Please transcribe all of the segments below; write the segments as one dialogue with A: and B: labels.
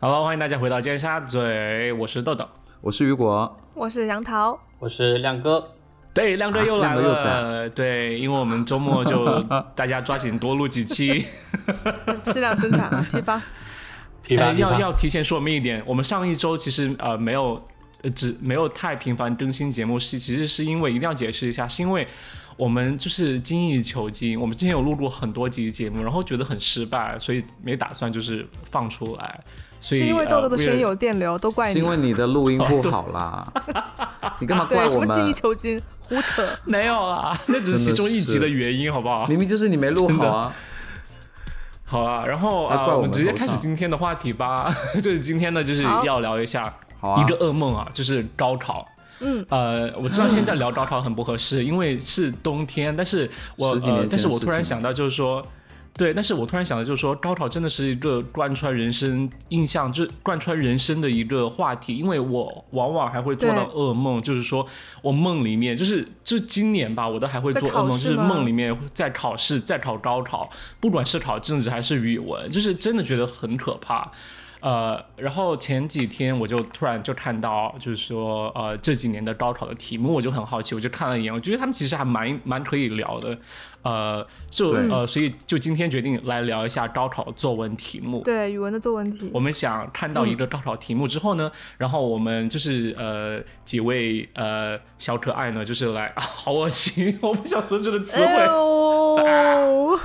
A: Hello，欢迎大家回到尖沙咀，我是豆豆。
B: 我是雨果，
C: 我是杨桃，
D: 我是亮哥，
B: 哎
A: 对，亮哥又来
B: 啊亮哥又
A: 了，对，因为我们周末就大家抓紧多录几 期，
C: 批量生产啊，批发。
D: 批发
A: 哎
D: 批
A: 要
D: 发，
A: 要提前说明一点，我们上一周其实呃没有呃只没有太频繁更新节目，是其实是因为一定要解释一下，是因为我们就是精益求精，我们之前有录过很多集节目，然后觉得很失败，所以没打算就是放出来，所以
C: 是因为
A: 呃
C: 豆豆的
A: 为
C: 声音
A: 了
C: 有电流，都怪
B: 是
C: 你啊
B: 因。为你的录音不好 啦，你干嘛怪
C: 对，什
B: 我
C: 么精益
B: 们？
C: 求精，胡扯。
A: 没有啦， 那只是
B: 真的
A: 其中一集
B: 是
A: 的原因，好不好？
B: 明明就是你没录好啊！
A: 好了，然后
B: 还
A: 啊、
B: 怪我
A: 我
B: 们
A: 们直接
B: 头
A: 开始
B: 上
A: 今天的话题吧。 就是今天呢，就是
C: 好
A: 要聊一下
B: 好啊
A: 一个噩梦啊，就是高考。
C: 嗯，
A: 呃，我知道现在聊高考很不合适，因为是冬天，但是我
B: 十几年
A: 呃，
B: 前
A: 但是
B: 的
A: 我
B: 事
A: 突然
B: 情
A: 想到就是说。对，但是我突然想的就是说，高考真的是一个贯穿人生印象，就是贯穿人生的一个话题。因为我往往还会做到
C: 对
A: 噩梦，就是说我梦里面，就是就今年吧，我都还会
C: 在
A: 做噩
C: 考
A: 梦，就
C: 试
A: 是
C: 吗
A: 梦里面在考试，在考高考，不管是考政治还是语文，就是真的觉得很可怕。呃，然后前几天我就突然就看到，就是说，呃，这几年的高考的题目，我就很好奇，我就看了一眼，我觉得他们其实还蛮蛮可以聊的，呃，就
B: 对
A: 呃，所以就今天决定来聊一下高考作文题目。
C: 对，嗯语文的作文题
A: 我，们想看到一个高考题目之后呢，然后我们就是呃几位呃小可爱呢，就是来啊，好恶心， 我不想说这个词汇，
C: 哎 呦，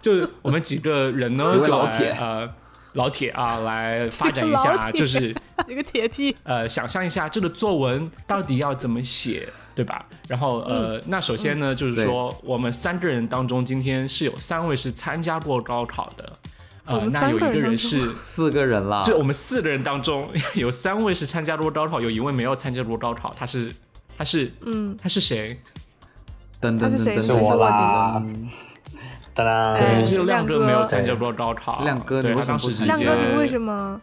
A: 就是我们几个人呢，
B: 几位
A: 就
B: 老
A: 来
B: 铁
A: 呃老铁啊，来发展一
C: 老
A: 下，啊
C: 铁
A: 就是
C: 一个铁梯。
A: 呃想象一下这个作文到底要怎么写，对吧？然后呃，
C: 嗯
A: 那首先呢，就是说我们三个人当中，今天是有三位是参加过高考的，
C: 我
A: 呃，
C: 们
A: 那
C: 三
A: 有一
C: 个
A: 个
C: 人
A: 人
C: 当中
A: 是。
B: 四个人啦，
A: 就我们四个人当中，有三位是参加过高考，有一位没有参加过高考，他是他是
C: 嗯，
A: 他是谁？
B: 噔
C: 他
B: 噔
C: 是谁
B: 噔
C: 是
B: 噔，
C: 我
D: 啦
B: 嗯
D: 哒哒，
C: 哎
A: 是亮
C: 亮
A: 哥
C: 哥
A: 没有参加过高考。
B: 亮哥
A: 对
B: 你为
A: 他当
B: 什么不
A: 时直
B: 参
A: 接
B: 加
C: 亮哥，你为什么？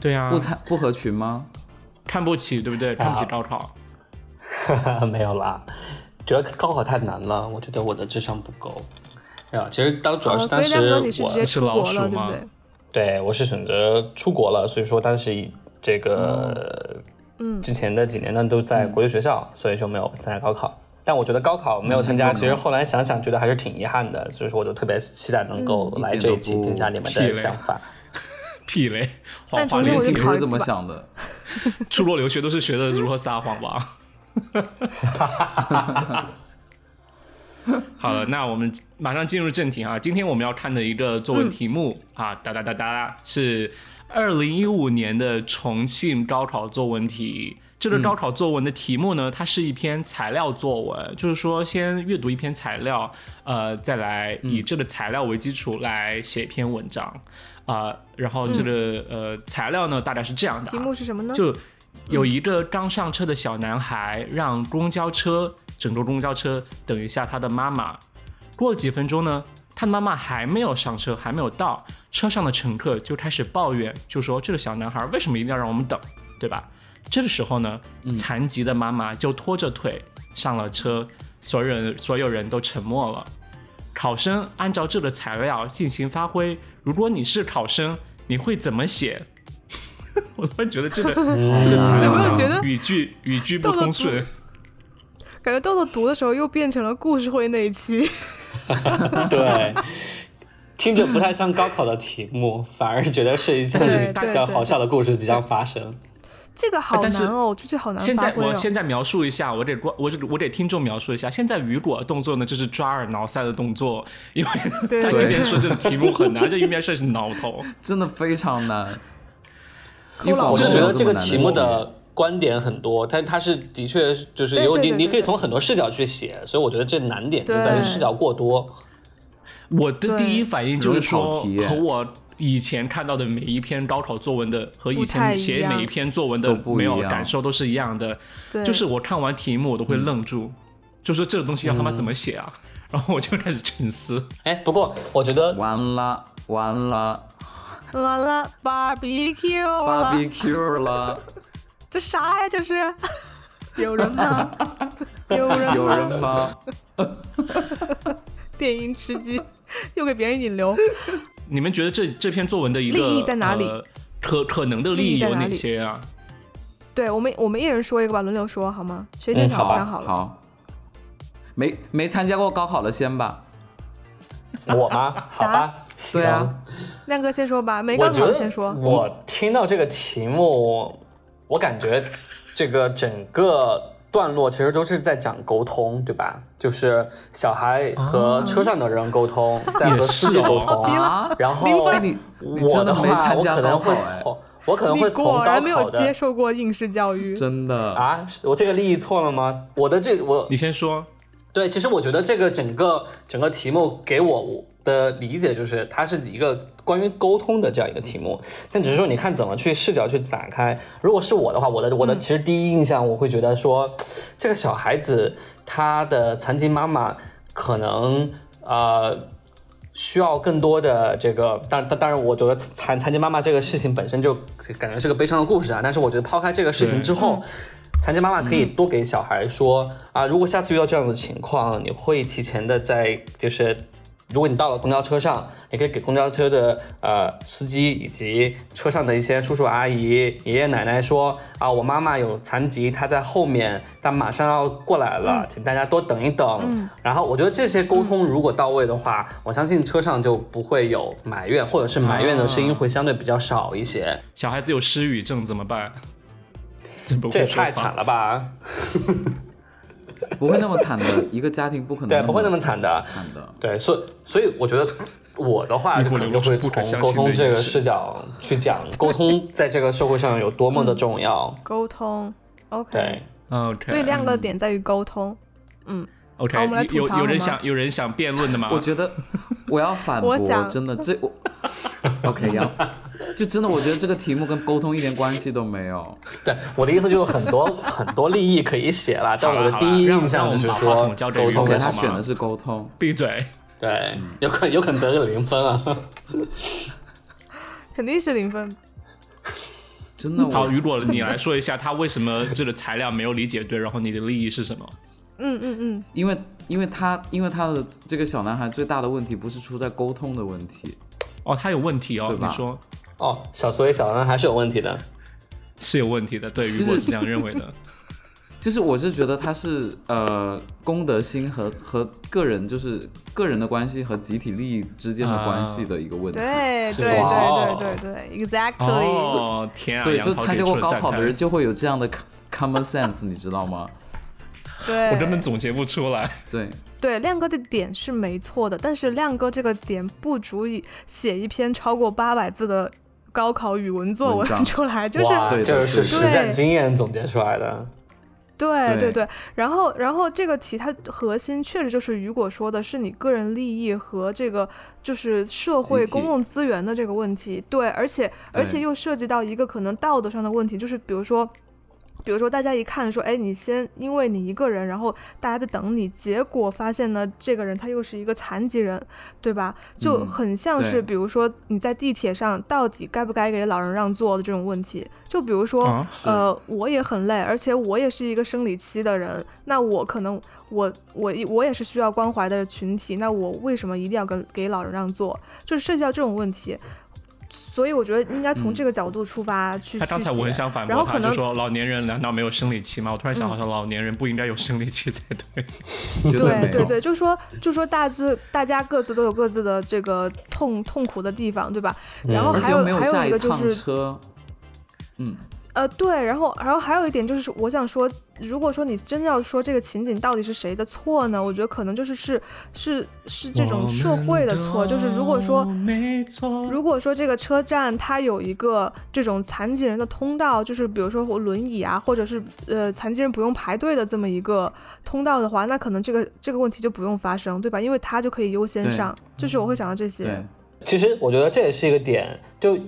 A: 对啊
B: 不，参不合群吗？
A: 看不起对不对？看不起高考。
D: 没有啦，主要高考太难了，我觉得我的智商不够。啊，其实当主要
C: 哦，所
D: 是当
C: 以
D: 时
C: 亮哥你是
D: 我
C: 直接出国
A: 是
C: 了，
A: 老鼠
C: 对
A: 吗
C: 不对？
D: 对我是选择出国了，所以说当时这个
C: 嗯，
D: 之前的几年呢都在国际学校，所以就没有参加高考。但我觉得高考没有参加，
B: 嗯
D: 其实后来想想觉得还是挺遗憾的，所以说我就特别期待能够
B: 嗯
D: 来
B: 一点
D: 这
B: 都
D: 一期
B: 不
D: 听一下你们
A: 屁嘞
D: 的想法。
A: 屁嘞！谎
C: 但
A: 话
C: 重新
A: 连
C: 我就
A: 心
B: 你
C: 考一
B: 是
C: 次
B: 这么
C: 吧
B: 想的？
A: 出国留学都是学的如何撒谎吧。 好了，那我们马上进入正题啊。今天我们要看的一个作
C: 嗯
A: 文题目、啊，哒哒哒哒，是二零一五年的重庆高考作文题。这个
C: 嗯
A: 高考作文的题目呢，它是一篇材料作文，就是说先阅读一篇材料，呃，再来
C: 嗯
A: 以这个材料为基础来写一篇文章啊、然后这个、呃材料呢，大概是这样的、啊，
C: 嗯题目是什么呢？
A: 就有一个刚上车的小男孩让公交车，整个公交车等一下他的妈妈。过了几分钟呢，他妈妈还没有上车，还没有到，车上的乘客就开始抱怨，就说这个小男孩为什么一定要让我们等，对吧？这个时候呢，
C: 嗯
A: 残疾的妈妈就拖着腿上了车，所有人所有人都沉默了。考生按照这个材料进行发挥。如果你是考生，你会怎么写？ 我突然觉得这个这啊个材料
C: 有没有
A: 上
C: 觉得
A: 语句语句不
C: 豆豆
A: 通
C: 不
A: 顺？
C: 感觉豆豆读的时候又变成了故事会那一期。
D: 对，听着不太像高考的题目，反而觉得是一
C: 对
D: 件
C: 对
D: 比较
C: 对
D: 好笑的故事即将发生。
C: 这个好
A: 哎但是
C: 难哦，这句好难
A: 现
C: 发
A: 在
C: 挥
A: 我
C: 哦。
A: 现在描述一下，我给观我给我给听众描述一下，现在雨果的动作呢就是抓耳挠腮的动作，因为
C: 对
A: 他
C: 对
A: 一边
C: 对
A: 说这个题目很难，这一边说是挠头。
B: 真的非常 难。
C: 抠
B: 因为
C: 老
B: 我
D: 我
C: 师
D: 是
B: 没
D: 觉
B: 有
D: 得这个
B: 么难
D: 题目
B: 的
D: 的观点很多，但它是的确是就是有
C: 对对
D: 你，
C: 对
D: 你
C: 对
D: 可以从很多视角去写，所以我觉得这难点就
C: 对
D: 在于视角过多。
A: 我的第一
C: 对
A: 反应就是说，
B: 容易跑题耶
A: 和我题以前看到的每一篇高考作文的和以
C: 不
A: 前
C: 太一
A: 写
C: 样
A: 每一篇作文的
B: 都不
A: 没
B: 一
A: 有
B: 样
A: 感受都是一样的，
C: 对，
A: 就是我看完题目我都会愣
B: 嗯
A: 住，就说这个东西要他妈怎么写啊？然后我就开始沉思，
D: 哎，不过我觉得
B: 完了完了
C: 完了 barbecue 了，
B: ，barbecue 了，
C: 这啥呀？这是 有人吗？ 有人
B: 有
C: 吗？
B: 人吗？
C: 电音 吃鸡，又给别人引流。
A: 你们觉得这这篇作文的一个
C: 立意在哪里
A: 呃可可能的利益有哪些啊？
C: 对我们，我们一人说一个吧，轮流说好吗？谁先
D: 嗯
C: 想
D: 好
C: 想好了？
B: 好，没没参加过高考的先吧。
D: 我吗？好吧，
B: 对啊
D: 行，
C: 亮哥先说吧，没
D: 我
C: 高
D: 觉
C: 考
D: 得
C: 哎的先说。
D: 我听到这个题目，我感觉这个整个段落其实都是在讲沟通，对吧？就是小孩和车上的人沟通，再和司机沟
C: 啊
D: 通，
C: 也是
B: 啊，
D: 然后
B: 哎你你
D: 我
B: 真
D: 的
B: 没
D: 话，
B: 参
D: 我
B: 加
D: 可能
B: 高考
D: 会
B: 哎，
D: 从我可能
C: 你
D: 会从
C: 果
D: 高
C: 然没有
D: 考
C: 接
D: 的
C: 受过应试教育，
B: 真的
D: 啊，是我这个利益错了吗？我的这我
A: 你先说。
D: 对，其实我觉得这个整个整个题目给我的理解就是，它是一个关于沟通的这样一个题目，但只是说你看怎么去视角去打开。如果是我的话，我的我的其实第一印象我会觉得说，这个小孩子他的残疾妈妈可能呃需要更多的这个，当当当然，我觉得残残疾妈妈这个事情本身就感觉是个悲伤的故事啊。但是我觉得抛开这个事情之后，残疾妈妈可以多给小孩说、啊，如果下次遇到这样的情况，你会提前的在就是。如果你到了公交车上，你可以给公交车的呃司机以及车上的一些叔叔阿姨、爷爷奶奶说啊，我妈妈有残疾，她在后面，但马上要过来了，请大家多等一等。
C: 嗯
D: 然后我觉得这些沟通如果到位的话，我相信车上就不会有埋怨，或者是埋怨的声音会相对比较少一些。
A: 小孩子有失语症怎么办？ 真不会
D: 这也
A: 说
D: 太
A: 话
D: 惨了吧？
B: 不会那么惨的，一个家庭不可能
D: 对，不会那么惨的。
B: 惨的。
D: 对，所以所以我觉得我的话
A: 一
D: 就
A: 股
D: 可
A: 流
D: 能就会
A: 不可
D: 从
A: 相
D: 沟
A: 信的
D: 通这
A: 眼
D: 个
A: 神
D: 视角去讲 沟通在这个社会上有多么的重要。
C: 沟通。
D: 对
C: OK，，
A: 嗯 OK，
C: 所以亮哥的点在于沟通。嗯，
A: OK，
C: 好我们来
A: 有有
C: 吐槽
A: 有人
C: 好吗
A: 想有人想辩论的吗？
B: 我觉得我要反
C: 我
B: 驳
C: 想，
B: 真的这我 OK 要，就真的我觉得这个题目跟沟通一点关系都没有。
D: 对，我的意思就是很 多很多利益可以写了，但
A: 好了
D: 我的
A: 好了
D: 第一
A: 让
D: 印
A: 让
D: 象
A: 我们
D: 就是
A: 把话
D: 说
A: 筒交给
D: 沟
A: 云
D: 通
A: 哥
B: OK，
A: 好
B: 他
A: 吗
B: 选的是沟通，
A: 闭嘴。
D: 对，
A: 嗯
D: 有可有可能得个零分啊。
C: 肯定是零分。
B: 真的
A: 好，
B: 我
A: 雨果，你来说一下他为什么这个材料没有理解对，然后你的利益是什么？
C: 嗯嗯嗯，
B: 因为因为他因为他的这个小男孩最大的问题不是出在沟通的问题，
A: 哦，他有问题哦
B: 对，吧
A: 你说
D: 哦，小所以小男孩是有问题的。
A: 是有问题的，对，雨
B: 是
A: 果是这样认为 的。
B: 就是我是觉得他是呃公德心和和个人就是个人的关系和集体利益之间的关系的一个问题。
C: 对
A: 是
C: 对对
D: 哇
C: 对对对，exactly。
A: 哦，天啊，
B: 对，
A: 杨
B: 就
A: 桃
B: 参加
A: 给
B: 过
A: 出了
B: 高
A: 赞
B: 考的
A: 叹
B: 人，就会有这样的 common sense，你知道吗？
C: 对，
A: 我根本总结不出来。
B: 对，
C: 对亮哥的点是没错的，但是亮哥这个点不足以写一篇超过八百字的高考语文作
B: 文
C: 文
B: 章
C: 出来，就是
D: 哇，
B: 对的
D: 这个是
B: 对
D: 实
C: 的
D: 战经验总结出来的。
C: 对
B: 对
C: 对，然后然后这个题它核心确实就是雨果说的是你个人利益和这个就是社会
B: 集体
C: 公共资源的这个问题，对，而且而且
B: 对
C: 又涉及到一个可能道德上的问题，就是比如说。比如说，大家一看说，哎，你先因为你一个人，然后大家在等你，结果发现呢，这个人他又是一个残疾人，对吧？就
B: 嗯
C: 很像
B: 对
C: 是，比如说你在地铁上到底该不该给老人让座的这种问题。就比如说，
A: 啊
B: 是
C: 呃，我也很累，而且我也是一个生理期的人，那我可能我我我也是需要关怀的群体，那我为什么一定要跟给老人让座？就是涉及到这种问题，所以我觉得应该从这个角度出发去。
A: 嗯他刚
C: 去
A: 才我很
C: 写
A: 想反
C: 然
A: 驳他，
C: 后可
A: 就
C: 能嗯
A: 说老年人难道没有生理期吗？我突然想，好像老年人不应该有生理期才对。
B: 绝没
C: 对
B: 有。
C: 对对，就说就说大自大家各自都有各自的这个痛痛苦的地方，对吧？然后
B: 而
C: 哦还
B: 且
C: 有
B: 又没
C: 还
B: 下
C: 有一
B: 一
C: 个就
B: 趟
C: 是
B: 车，嗯，
C: 呃对，然后然后还有一点就是我想说，如果说你真要说这个情景到底是谁的错呢？我觉得可能就是是是是 这种社会的错，就是如果说。
A: 没错
C: 如果说这个车站它有一个这种残疾人的通道，就是比如说我轮椅啊，或者是呃残疾人不用排队的这么一个通道的话，那可能这个这个问题就不用发生，对吧？因为它就可以优先
B: 对
C: 上。就是我会想到这些
B: 对。，
D: 其实我觉得这也是一个点，就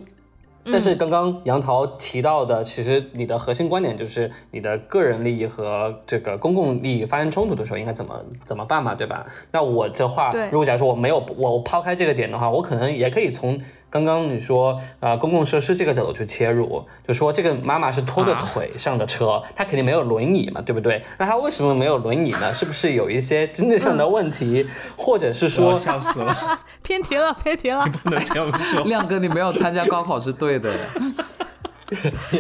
D: 但是
C: 嗯
D: 刚刚杨桃提到的，其实你的核心观点就是你的个人利益和这个公共利益发生冲突的时候应该怎么怎么办嘛，对吧？那我的话
C: 对，
D: 如果假如说我没有我我抛开这个点的话，我可能也可以从刚刚你说呃公共设施这个角度去切入，就说这个妈妈是拖着
A: 啊
D: 腿上的车，她肯定没有轮椅嘛，对不对？那她为什么没有轮椅呢？是不是有一些经济上的问题，或者是
B: 我
D: 说
B: 笑死了。
C: 偏题了，偏题了。
A: 不能这样 说。
B: 亮哥，你没有参加高考是对的，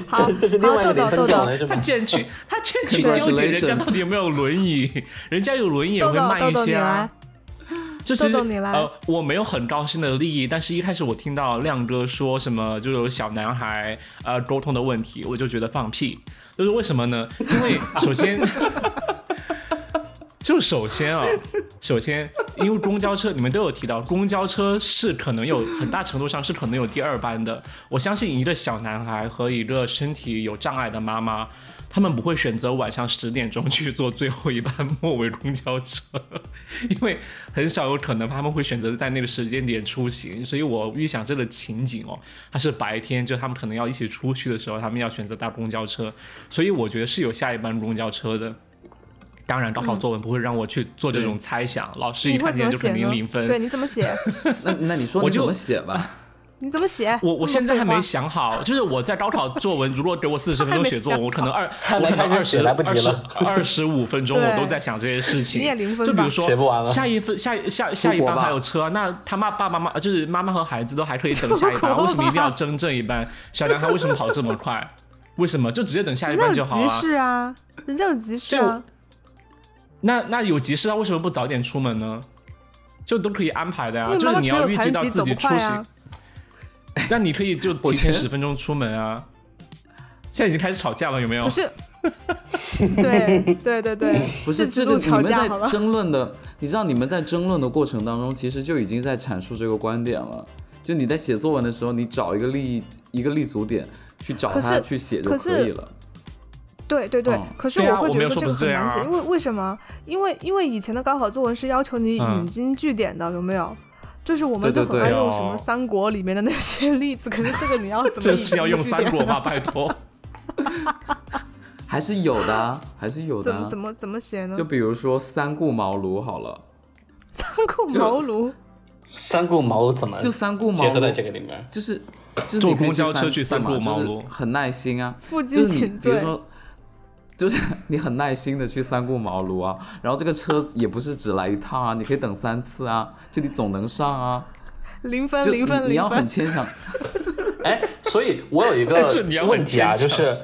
C: 好
D: 这这是另
C: 好
D: 外一个
C: 豆
D: 零
C: 豆
D: 分
C: 豆
D: 奖
C: 豆
D: 了是
A: 他
D: 吗？
A: 居然去，他居然去纠结人家到底有没有轮椅，人家有轮椅也
C: 豆
A: 会
C: 豆豆
A: 慢一
C: 豆你
A: 些
C: 来
A: 啊。， 就是
C: 豆豆你来
A: 呃，我没有很高兴的利益，但是一开始我听到亮哥说什么就是有小男孩呃沟通的问题，我就觉得放屁，就是为什么呢？因为首先， 就首先啊、首先因为公交车你们都有提到，公交车是可能有很大程度上是可能有第二班的。我相信一个小男孩和一个身体有障碍的妈妈。他们不会选择晚上十点钟去坐最后一班末尾公交车， 因为很少有可能他们会选择在那个时间点出行，所以我预想这个情景哦，它是白天，就他们可能要一起出去的时候，他们要选择搭公交车，所以我觉得是有下一班公交车的。当然，高考作文不会让我去做这种猜想，老师一
C: 你会
A: 看
C: 怎
A: 见
C: 么
A: 就
C: 写
A: 肯定
C: 呢
A: 零？分。
C: 对，你怎 么写？
B: 那那你说
A: 我
B: 你
A: 就
B: 怎么写 吧？
C: 你怎么写？
A: 我我
C: 这么
A: 现在
C: 废
A: 还没
C: 话
A: 想好，就是我在高考作文，如果给我四十分钟写作文，我可能二，
D: 还没
A: 我可能
D: 开
A: 二
D: 始写
A: 十
D: 来不及了，
A: 二十五分钟我
C: 对
A: 都在想这些事情。
C: 你也零分
A: 就比
C: 吧
A: 如说
D: 写不完了
A: 下一分下下下一
B: 出国
A: 班
B: 吧
A: 还有车，那他妈爸爸妈妈就是妈妈和孩子都还可以等下一
C: 出
A: 班，
C: 国吧
A: 为什么一定要争这一班？小男孩为什么跑这么快？为什么就直接等下一
C: 人家
A: 班
C: 有
A: 就好
C: 急
A: 啊？
C: 事啊，人家有急事
A: 对我
C: 啊。
A: 那那有急事啊，为什么不早点出门呢？就都可以安排的呀、
C: 因为
A: 啊就
C: 妈
A: 是
C: 妈
A: 你
C: 腿
A: 要
C: 有
A: 预
C: 残
A: 计到
C: 疾，
A: 自
C: 走
A: 己
C: 不
A: 出
C: 快
A: 行
C: 啊。。
A: 那你可以就
B: 我
A: 提
B: 觉
A: 前
B: 得
A: 十分钟出门啊。现在已经开始吵架了，有没有
C: 可？是， 对对对对，
B: 不是
C: 指
B: 这
C: 路
B: 个你
C: 吵
B: 们
C: 架好
B: 在
C: 了。
B: 争论的，你知道你们在争论的过程当中，其实就已经在阐述这个观点了。就你在写作文的时候，你找一个立一个立足点去找
C: 可
B: 它
C: 是
B: 去写就
C: 可
B: 可以
C: 是
B: 了。
C: 对对对
B: 嗯，
C: 可是
A: 对啊
C: 我会
A: 我
C: 觉
A: 没
C: 得
A: 有说
C: 说这
A: 不
C: 个
A: 是这
C: 很
A: 样
C: 难写，
A: 啊
C: 因为为什么？因为因为以前的高考作文是要求你
A: 嗯
C: 引经据典的，有没有？就是我们
B: 对
C: 就
B: 对
C: 很爱
A: 对
C: 用什么
A: 哦
C: 三国里面的那些例子，可是这个你要怎 么？
A: 这是要用三国？
C: 啊
A: 吗？拜托，
B: 还是有的啊，还是有
C: 怎
B: 的
C: 么
B: 啊。
C: 怎么怎么写呢
B: 就？比如说三顾茅庐好了，
C: 三顾
B: 就
C: 茅庐，
D: 三顾茅庐怎么
A: 呃
B: 就三顾
D: 结
B: 茅
D: 合
B: 庐，
D: 在这个里面？
B: 就是就是
A: 坐
B: 你可以
A: 公交车去
B: 去
A: 三
B: 次嘛
A: 顾茅
B: 就是
A: 庐
B: 很耐心啊。
C: 腹
B: 就
C: 肌
B: 是你
C: 请
B: 比如
C: 罪。
B: 说，就是 你很耐心的去三顾茅庐啊，然后这个车也不是只来一趟啊，你可以等三次啊，就你总能上啊，
C: 零分
B: 就
C: 零分
B: 你你
C: 零
B: 要很
C: 分，
B: 牵 强，
D: 哎，所以我有一
A: 但 是你要
D: 个
A: 很
D: 问题啊，
A: 坚强
D: 就是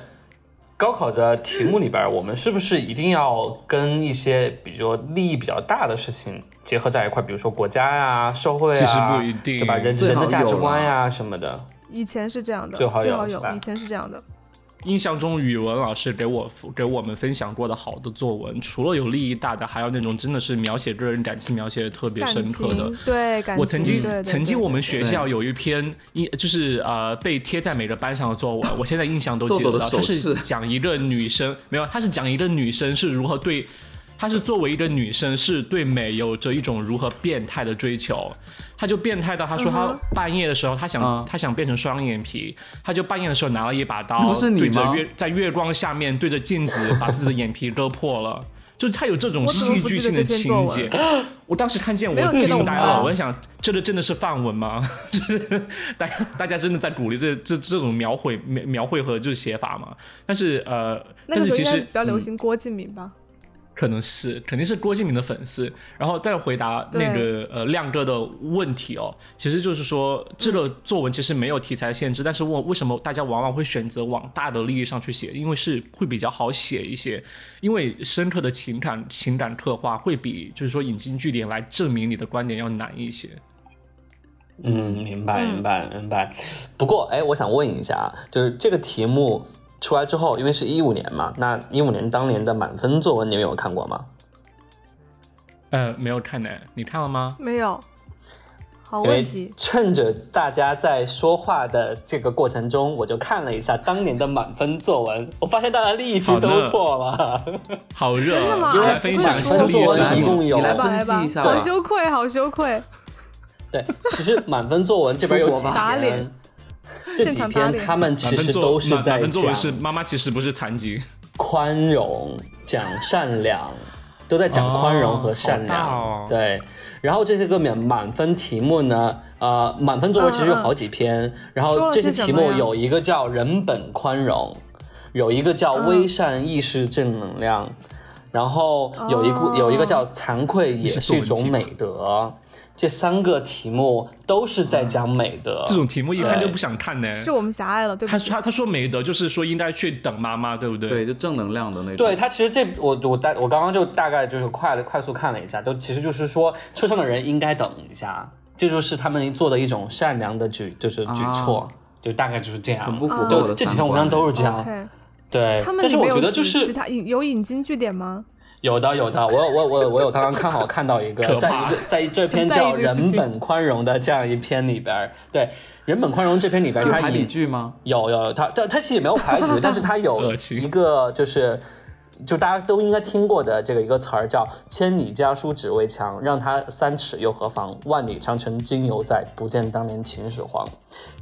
D: 高考的题目里边儿，我们是不是一定要跟一些比如说利益比较大的事情结合在一块儿，比如说国家呀、社会啊，
A: 其实不一定
D: 对吧？人
B: 最
D: 人
B: 好
D: 的价值
B: 有
D: 观
B: 了
D: 呀、什么的，
C: 以前是这样的，
D: 最
C: 最
D: 好有
C: 好
D: 是
C: 有
D: 吧，
C: 以前是这样的。
A: 印象中语文老师给我给我们分享过的好的作文，除了有利益大的，还有那种真的是描写个人感情描写的特别
C: 感
A: 深刻的
C: 情。对感情，
A: 我曾经
C: 对对
A: 曾经
C: 对
A: 我们
C: 对
A: 学校有一篇一就是呃被贴在每个班上的 作文，我现在印象都记
B: 豆
A: 得
B: 豆
A: 到，
B: 的
A: 它
B: 手势
A: 是讲一个女生没有，它是讲一个女生是如何对。她是作为一个女生，是对美有着一种如何变态的追求。她就变态到，她说她
C: 嗯哼
A: 半夜的时候，她想、
B: 嗯
A: 她想变成双眼皮，她就半夜的时候拿了一把刀，
B: 不是你
A: 对着
B: 吗
A: 月在月光下面对着镜子把自己的眼皮割破了，就是她有这种
C: 我怎么
A: 戏
C: 不记
A: 剧
C: 得
A: 性的
C: 这篇
A: 情
C: 作
A: 节
C: 文。
A: 我当时看见我
C: 没有啊见到
A: 惊
C: 我
A: 呆
C: 妈
A: 了，我在想，这个真的是范文吗？ 就是大家大家真的在鼓励这这这种描绘描描绘和就是写法吗？但是呃，
C: 那
A: 但
C: 个时
A: 是
C: 候
A: 其
C: 应该
A: 实嗯
C: 比较流行郭敬明吧？
A: 可能是肯定是郭敬明的粉丝。然后再回答那个呃亮哥的问题哦，其实就是说这个作文其实没有题材限制，但是我为什么大家往往会选择往大的利益上去写？因为是会比较好写一些，因为深刻的情感情感刻画会比就是说引经据典来证明你的观点要难一些。
D: 嗯，明白，
C: 嗯
D: 明白，明白。不过，哎，我想问一下啊，就是这个题目出来之后，因为是一五年嘛，那一五年当年的满分作文你们有看过吗？
A: 呃，没有看呢，你看了吗？
C: 没有，好
D: 因为
C: 哦问题。
D: 趁着大家在说话的这个过程中，我就看了一下当年的满分作文，我发现大家利益其实
A: 好
D: 都
A: 呢
D: 错了。
A: 好热啊，
C: 真的吗
A: 我
C: 因为
A: 来分享一
D: 不
A: 下
D: 会
A: 这个
D: 说
A: 历史
D: 我一
A: 是
D: 共有
B: 你来
C: 来 吧
B: 分
C: 来吧
B: 析一，下
C: 好羞愧，好羞愧。
D: 对，其实满分作文这边有
B: 出
D: 几
B: 国
D: 篇，
B: 吧
C: 打脸
D: 这
C: 现
D: 几
C: 场打
D: 篇
C: 脸
D: 他们
A: 满
D: 其
A: 分
D: 实
A: 作
D: 都
A: 文
D: 是
A: 满
D: 在
A: 满分作文
D: 讲
A: 是妈妈其实不是残疾，
D: 宽容，讲善良，都在讲宽容和善
A: 哦
D: 良。
A: 好大哦
D: 对，然后这些个满满分题目呢，呃，满分作文其实有好几篇，然
C: 说
D: 后
C: 了
D: 这些
C: 些什
D: 题
C: 么
D: 目
C: 呀
D: 有一个叫人本宽容，有一个叫
C: 嗯
D: 微善意识正能量，然后有一个、
C: 哦
D: 有一个叫惭愧也
A: 是
D: 是一
A: 作文
D: 种
A: 题吗
D: 美德，这三个题目都是在讲美德。
A: 这种题目一看就
D: 对
A: 不想看呢。
C: 是我们狭隘了，对
A: 嗯他
C: 不起。
A: 他他说没得，就是说应该去等妈妈，对不对？
B: 对，就正能量的那种。
D: 对他其实这我我大我刚刚就大概就是快了快速看了一下，都其实就是说车上的人应该等一下，这就是他们做的一种善良的举就是举
B: 啊
D: 措，就大概就是这样。
B: 很不符
C: 啊
B: 合我
D: 对，
B: 的
D: 这
B: 三
D: 几篇文
B: 观
D: 章
B: 啊
D: 都是这样。
C: OK，
D: 对，
C: 他们
D: 啊但是
C: 里
D: 我
C: 面有
D: 觉得就
C: 举其
D: 是
C: 他引有引经据典吗？
D: 有的有的，我有我我我有刚刚看好看到一个
A: 可，
D: 在
A: 怕
D: 一个在这篇
C: 很在
D: 叫
C: 意
D: 《
C: 这个事情
D: 人本宽容》的这样一篇里边儿，对《人本宽容》这篇里边儿，
B: 有
D: 它
B: 排
D: 引
B: 比句吗？
D: 有有，他他他其实也没有 排局，但是他有
A: 恶心
D: 一个就是。就大家都应该听过的这个一个词儿叫“千里家书只为墙，让他三尺又何妨？万里长城今犹在，不见当年秦始皇。”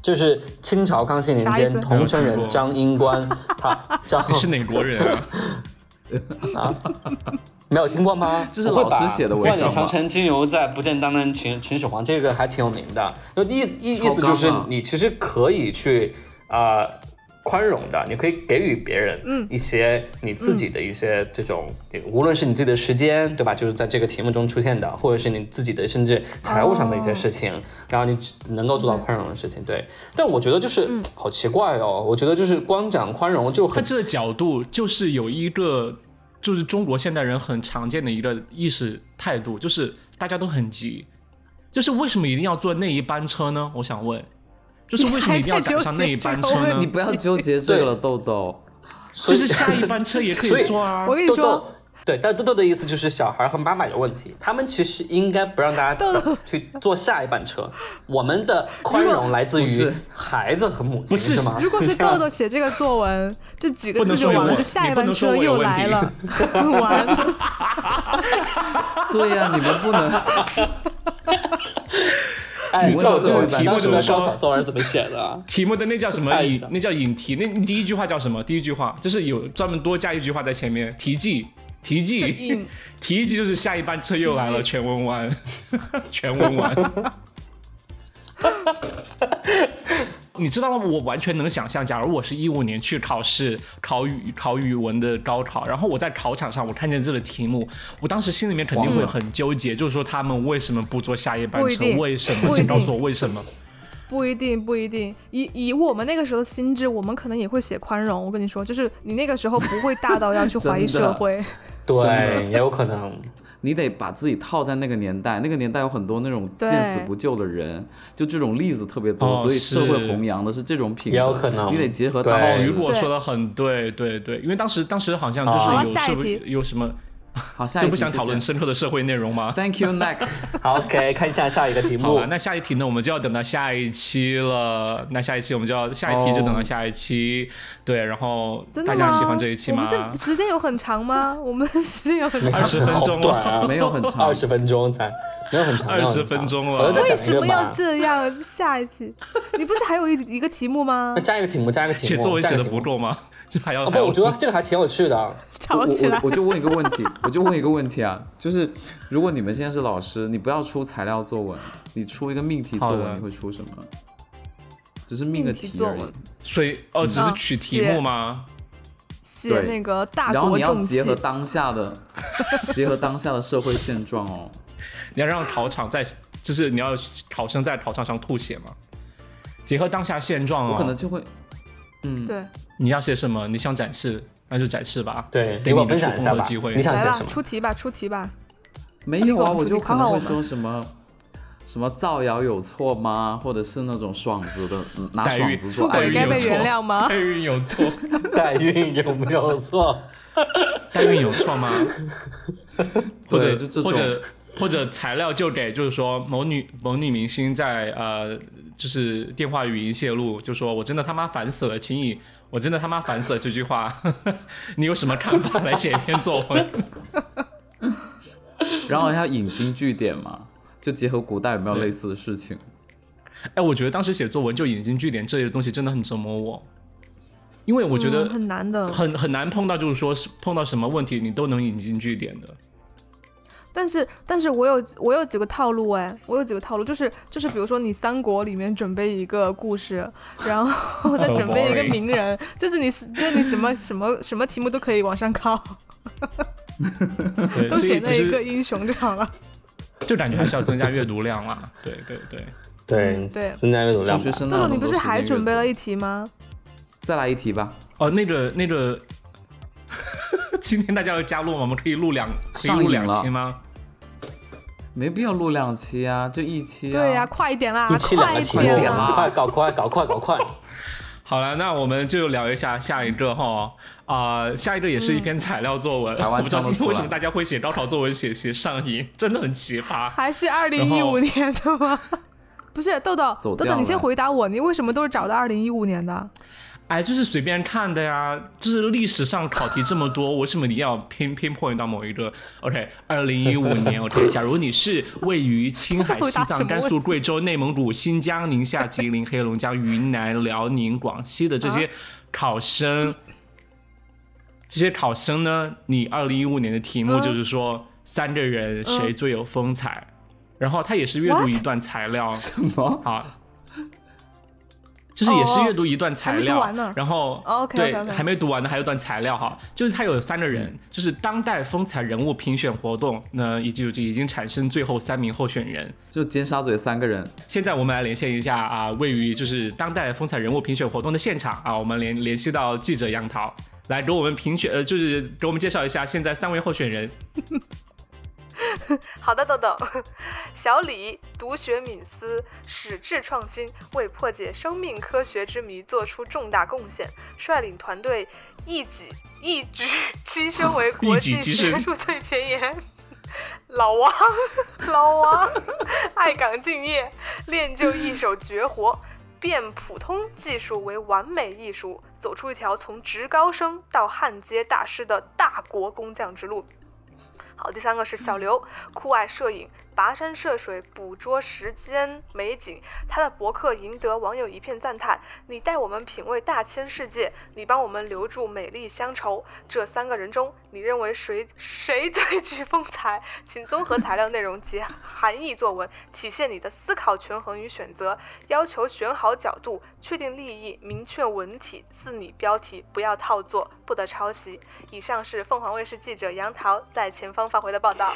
D: 就是清朝康熙年
C: 啥意
D: 间
C: 思
D: 桐城
A: 没有听
D: 人
A: 过
D: 张英官， 他张
A: 你是
C: 哦
A: 哪国人啊？
D: 没有听过吗？
B: 这是
D: 我会把
B: 老师写的文章吧
D: 万里长城今犹在，不见当年秦秦始皇。这个还挺有名的。就意意意思就是
B: 超纲啊
D: 你其实可以去啊、呃宽容的，你可以给予别人
C: 嗯
D: 一些你自己的一些这种，无论是你自己的时间，对吧？就是在这个题目中出现的，或者是你自己的甚至财务上的一些事情，然后你只能够做到宽容的事情。对，但我觉得就是、好奇怪哦，我觉得就是光讲宽容就
A: 他
D: 很
A: 这个角度就是有一个，就是中国现代人很常见的一个意识态度，就是大家都很急，就是为什么一定要坐那一班车呢？我想问，就是为什么一定要赶上那一班车
C: 你还在纠结这个
D: 嗯
A: 呢
C: 问
B: 你？不要纠结这个 了，豆豆。
A: 就
D: 所以
A: 是下一班车也可
D: 所以
A: 以坐啊
C: 我。跟你
D: 豆
C: 说
D: 豆，，对，但豆豆的意思就是小孩和妈妈有问题，他们其实应该不让大家等去坐下一班车。我们的宽容来自
B: 不
D: 于
B: 是
D: 孩子和母亲，
A: 不是
D: 吗？
C: 如果是豆 豆写这个作文，这几个字就完
A: 不能说有
C: 了，
A: 我
C: 就下一
A: 你不
C: 班
A: 能说我
C: 车
A: 有
C: 又
A: 问题
C: 来 了，完了。
B: 对呀、你们不能。
D: 哎，
B: 请
D: 这种
B: 问这个题
D: 题
B: 目
D: 目
B: 就
D: 的
A: 是说
D: 高考作文怎么写的啊？
A: 题目的那叫什么
D: 看一
A: 引
C: 啊
D: 下？
A: 那叫引题。那你第一句话叫什么？第一句话就是有专门多加一句话在前面，题记，题
C: 就
A: 记
C: 引，
A: 题记就是下一班车又来了，全文完， 全文完。 你知道吗？我完全能想象，假如我是一五年去考试考语考语文的高考，然后我在考场上我看见这个题目，我当时心里面肯定会很纠结，就是说他们为什么不坐下一班
C: 不一
A: 车？
C: 定
A: 为什
C: 不
A: 么？
C: 一
A: 请告
C: 定
A: 诉我为什么？
C: 不一定，不一定。以以我们那个时候的心智，我们可能也会写宽容。我跟你说，就是你那个时候不会大到要去怀疑
B: 真的
C: 社会。
D: 对，也有可能。
B: 你得把自己套在那个年代，那个年代有很多那种
C: 对
B: 见死不救的人，就这种例子特别多，
A: 哦
B: 所以社会
A: 是
B: 弘扬的是这种品德，
D: 也有可能
B: 你得结合
D: 对
B: 当
A: 哦，
B: 时
A: 雨。果
C: 哎对
A: 说的很对，对对，因为当时当时好像
D: 好
C: 啊
B: 哦
A: 就是有
C: 下
A: 社
C: 一
A: 会
C: 题
A: 有什么
B: 好，下一
A: 就
B: 题
A: 不想讨论
B: 谢
A: 深刻的社会内容吗
B: 谢？Thank you next。
D: 好，OK，看一 下下一个题
A: 好
D: 目
A: 了，。那下一题呢，我们就要等到下一期了。那下一期我们就要下一题就等到下一期，对，然后
C: 真的
A: 大
C: 吗？
A: 家喜欢这一期
C: 我
A: 吗
D: 哦
C: 们？这时间有很长吗？我们时间有很
D: 你
C: 长
D: 看
A: 二十
C: 吗。
A: 分
D: 好
A: 钟
D: 短啊，
B: 没有很长
D: 二十分钟才没有很长，没有很
A: 20
D: 长
A: 分钟了
D: 我要再
C: 为
D: 讲
C: 什
D: 一个
C: 么要
D: 吧。
C: 这样？下一期，你不是还有一一个题目吗
D: 那？加一个题目，加一个题
A: 写
D: 目。
A: 作文
D: 加一
A: 写
D: 个
A: 的
D: 题
A: 不
D: 目
A: 够吗？这还要
D: 啊
A: 还
D: 不，
A: 要
D: 我觉得这个还挺有趣的。啊
C: 吵
B: 我
C: 起来
B: 我我就问一个问题，我就问一个问题啊，就是如果你们现在是老师，你不要出材料作文，你出一个命题作
A: 好的
B: 文，你会出什么？只是命个
C: 命题作
B: 而已
C: 文。
A: 所以哦，只是
C: 嗯
A: 取题
C: 写
A: 目吗？
C: 写
B: 对
C: 那个大
B: 然后
C: 国
B: 你要
C: 重器
B: 结合当下的， 结合当下的社会现状哦。
A: 你要让考场在，就是你要考生在考场上吐血吗？结合当下现状
B: 我可能
A: 哦，
B: 就会，嗯，
C: 对，
A: 你要写什么？你想展示，那就展示吧。
D: 对，
A: 给
D: 给我
A: 你个
D: 分
A: 出
D: 享一
A: 风
D: 下
A: 头的
D: 吧。
A: 机会
D: 你。想
C: 来
D: 写
C: 吧
D: 什，么？
C: 出题吧，出题吧。
B: 没有啊，
C: 你给我们
B: 我
C: 出
B: 就
C: 题
B: 可能
C: 考考
B: 会
C: 我们
B: 说什么什么造谣有错吗？或者是那种爽子的，嗯拿
A: 待
B: 爽
A: 遇
B: 子
A: 出
B: 做
A: 轨
B: 爱
C: 我该
B: 人
C: 被原谅吗
A: 代孕有错，
D: 代孕有没有错？
A: 代孕有错 吗？或者
B: 对就这种
A: 或者或者材料就给，就是说某女某女明星在呃，就是电话语音泄露，就说我真的他妈烦死了，请你，我真的他妈烦死了这句话， 你有什么看法来写一篇作文？
B: 然后要引经据典嘛，就结合古代有没有
A: 对
B: 类似的事情？
A: 哎，我觉得当时写作文就引经据典这类东西真的很折磨我，因为我觉得
C: 嗯很难的，
A: 很很难碰到，就是说是碰到什么问题你都能引经据典的。
C: 但是但是我有我有几个套路哎，我有几个套路，就是就是比如说你三国里面准备一个故事，然后 再
A: So
C: 准备一个
A: boring
C: 名人，就是你就是你什么什么什么题目都可以往上靠，
A: 对，
C: 都
A: 所
C: 写
A: 以
C: 那
A: 其
C: 一个
A: 实
C: 英雄就好了。
A: 就感觉还是要增加阅读量啦。对对对，
D: 对
C: 嗯对
D: 增加阅读量
B: 中
D: 吧
B: 学。生
C: 豆
B: 哪有
C: 豆，
B: 那
C: 你
B: 么
C: 不
B: 多
C: 是
B: 时间
C: 还
B: 阅
C: 准备
B: 读
C: 了一题吗？
B: 再来一题吧？
A: 哦，那个那个，今天大家要加入吗？我们可以录两可以
B: 上
A: 录
B: 瘾
A: 两
B: 了
A: 期吗？
B: 没必要录两期啊，就一期、啊。
C: 对呀、快一点啦，
D: 一期两
C: 快
D: 个
C: 一
D: 题
B: 快
D: 目，
B: 一
C: 点
B: 点
C: 啦！
B: 啦
D: 快搞快搞快搞快！
A: 好了，那我们就聊一下下一个哈啊、下一个也是一篇材料作文，
B: 嗯台
A: 我
B: 湾
A: 不知道
B: 上
A: 今
B: 得
A: 天
B: 出
A: 为什么
B: 来
A: 大家会写高考作文写写上瘾，真的很奇葩。
C: 还是二零一五年的吗？不是豆豆，
B: 走
C: 豆
B: 掉
C: 豆，你先
B: 了
C: 回答我，你为什么都是找的二零一五年的？
A: 哎，就是随便看的呀，就是历史上考题这么多，为什么你要偏偏 point 到某一个？OK，二零一五年，OK，假如你是位于青 海、西
C: 回答什
A: 藏、
C: 么
A: 甘
C: 问
A: 肃、贵州、内蒙古、新疆、宁夏、吉林、黑龙江、云南、辽宁、广西的这
C: 啊
A: 些考生，这些考生呢，你二零一五年的题目
C: 嗯
A: 就是说、三个人谁最有风采，然后他也是阅读
C: 啊 What？
A: 一段材料。
B: 什么？
A: 好，就是也是
C: 哦
A: 阅读一段材
C: 还没
A: 料，
C: 读完呢
A: 然后、
C: 哦，OK，OK，
A: 对
C: OK
A: 还没读完的还有一段材料哈，就是它有三个人，就是当代风采人物评选活动，那已经就已经产生最后三名候选人。
B: 就尖沙咀三个人，
A: 现在我们来连线一下啊，位于就是当代风采人物评选活动的现场啊，我们联联系到记者杨桃。来给我们评选，呃，就是给我们介绍一下现在三位候选人。
C: 好的，豆 豆，小李独学敏思，矢志创新，为破解生命科学之谜做出重大贡献，率领团队一己一举跻身为国
A: 一
C: 际
A: 己跻
C: 学
A: 身
C: 术最前沿。老王，老王，爱岗敬业，练就一手绝活，变普通技术为完美艺术，走出一条从职高生到焊接大师的大国工匠之路。好，第三个是小刘，酷爱摄影，跋山涉水捕捉时间美景。他的博客赢得网友一片赞叹：“你带我们品味大千世界，你帮我们留住美丽乡愁。”这三个人中，你认为谁谁最具风采？请综合材料内容及含义作文，体现你的思考权衡与选择，要求选好角度，确定立意，明确文体，自拟标题，不要套作，不得抄袭。以上是凤凰卫视记者杨桃在前方发回的报道。
B: 哦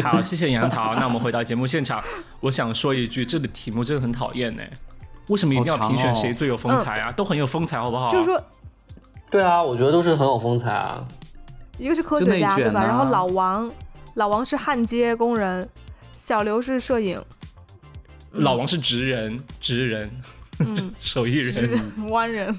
A: 好，谢谢杨桃。那我们回到节目现场，我想说一句，这个题目真的很讨厌呢、为什么一定要
B: 好长
A: 评选
B: 哦
A: 谁最有风采啊？都很有风采，好不好？
C: 嗯就是说，
D: 对啊，我觉得都是很有风采啊。
C: 一个是科
B: 就
C: 学
B: 内
C: 家、对
B: 卷
C: 吧？
B: 啊
C: 然后老王，老王是焊接工人，小刘是摄影，
A: 老王是职人，职人，
C: 嗯
A: 手艺
C: 是
A: 人。
C: 弯人，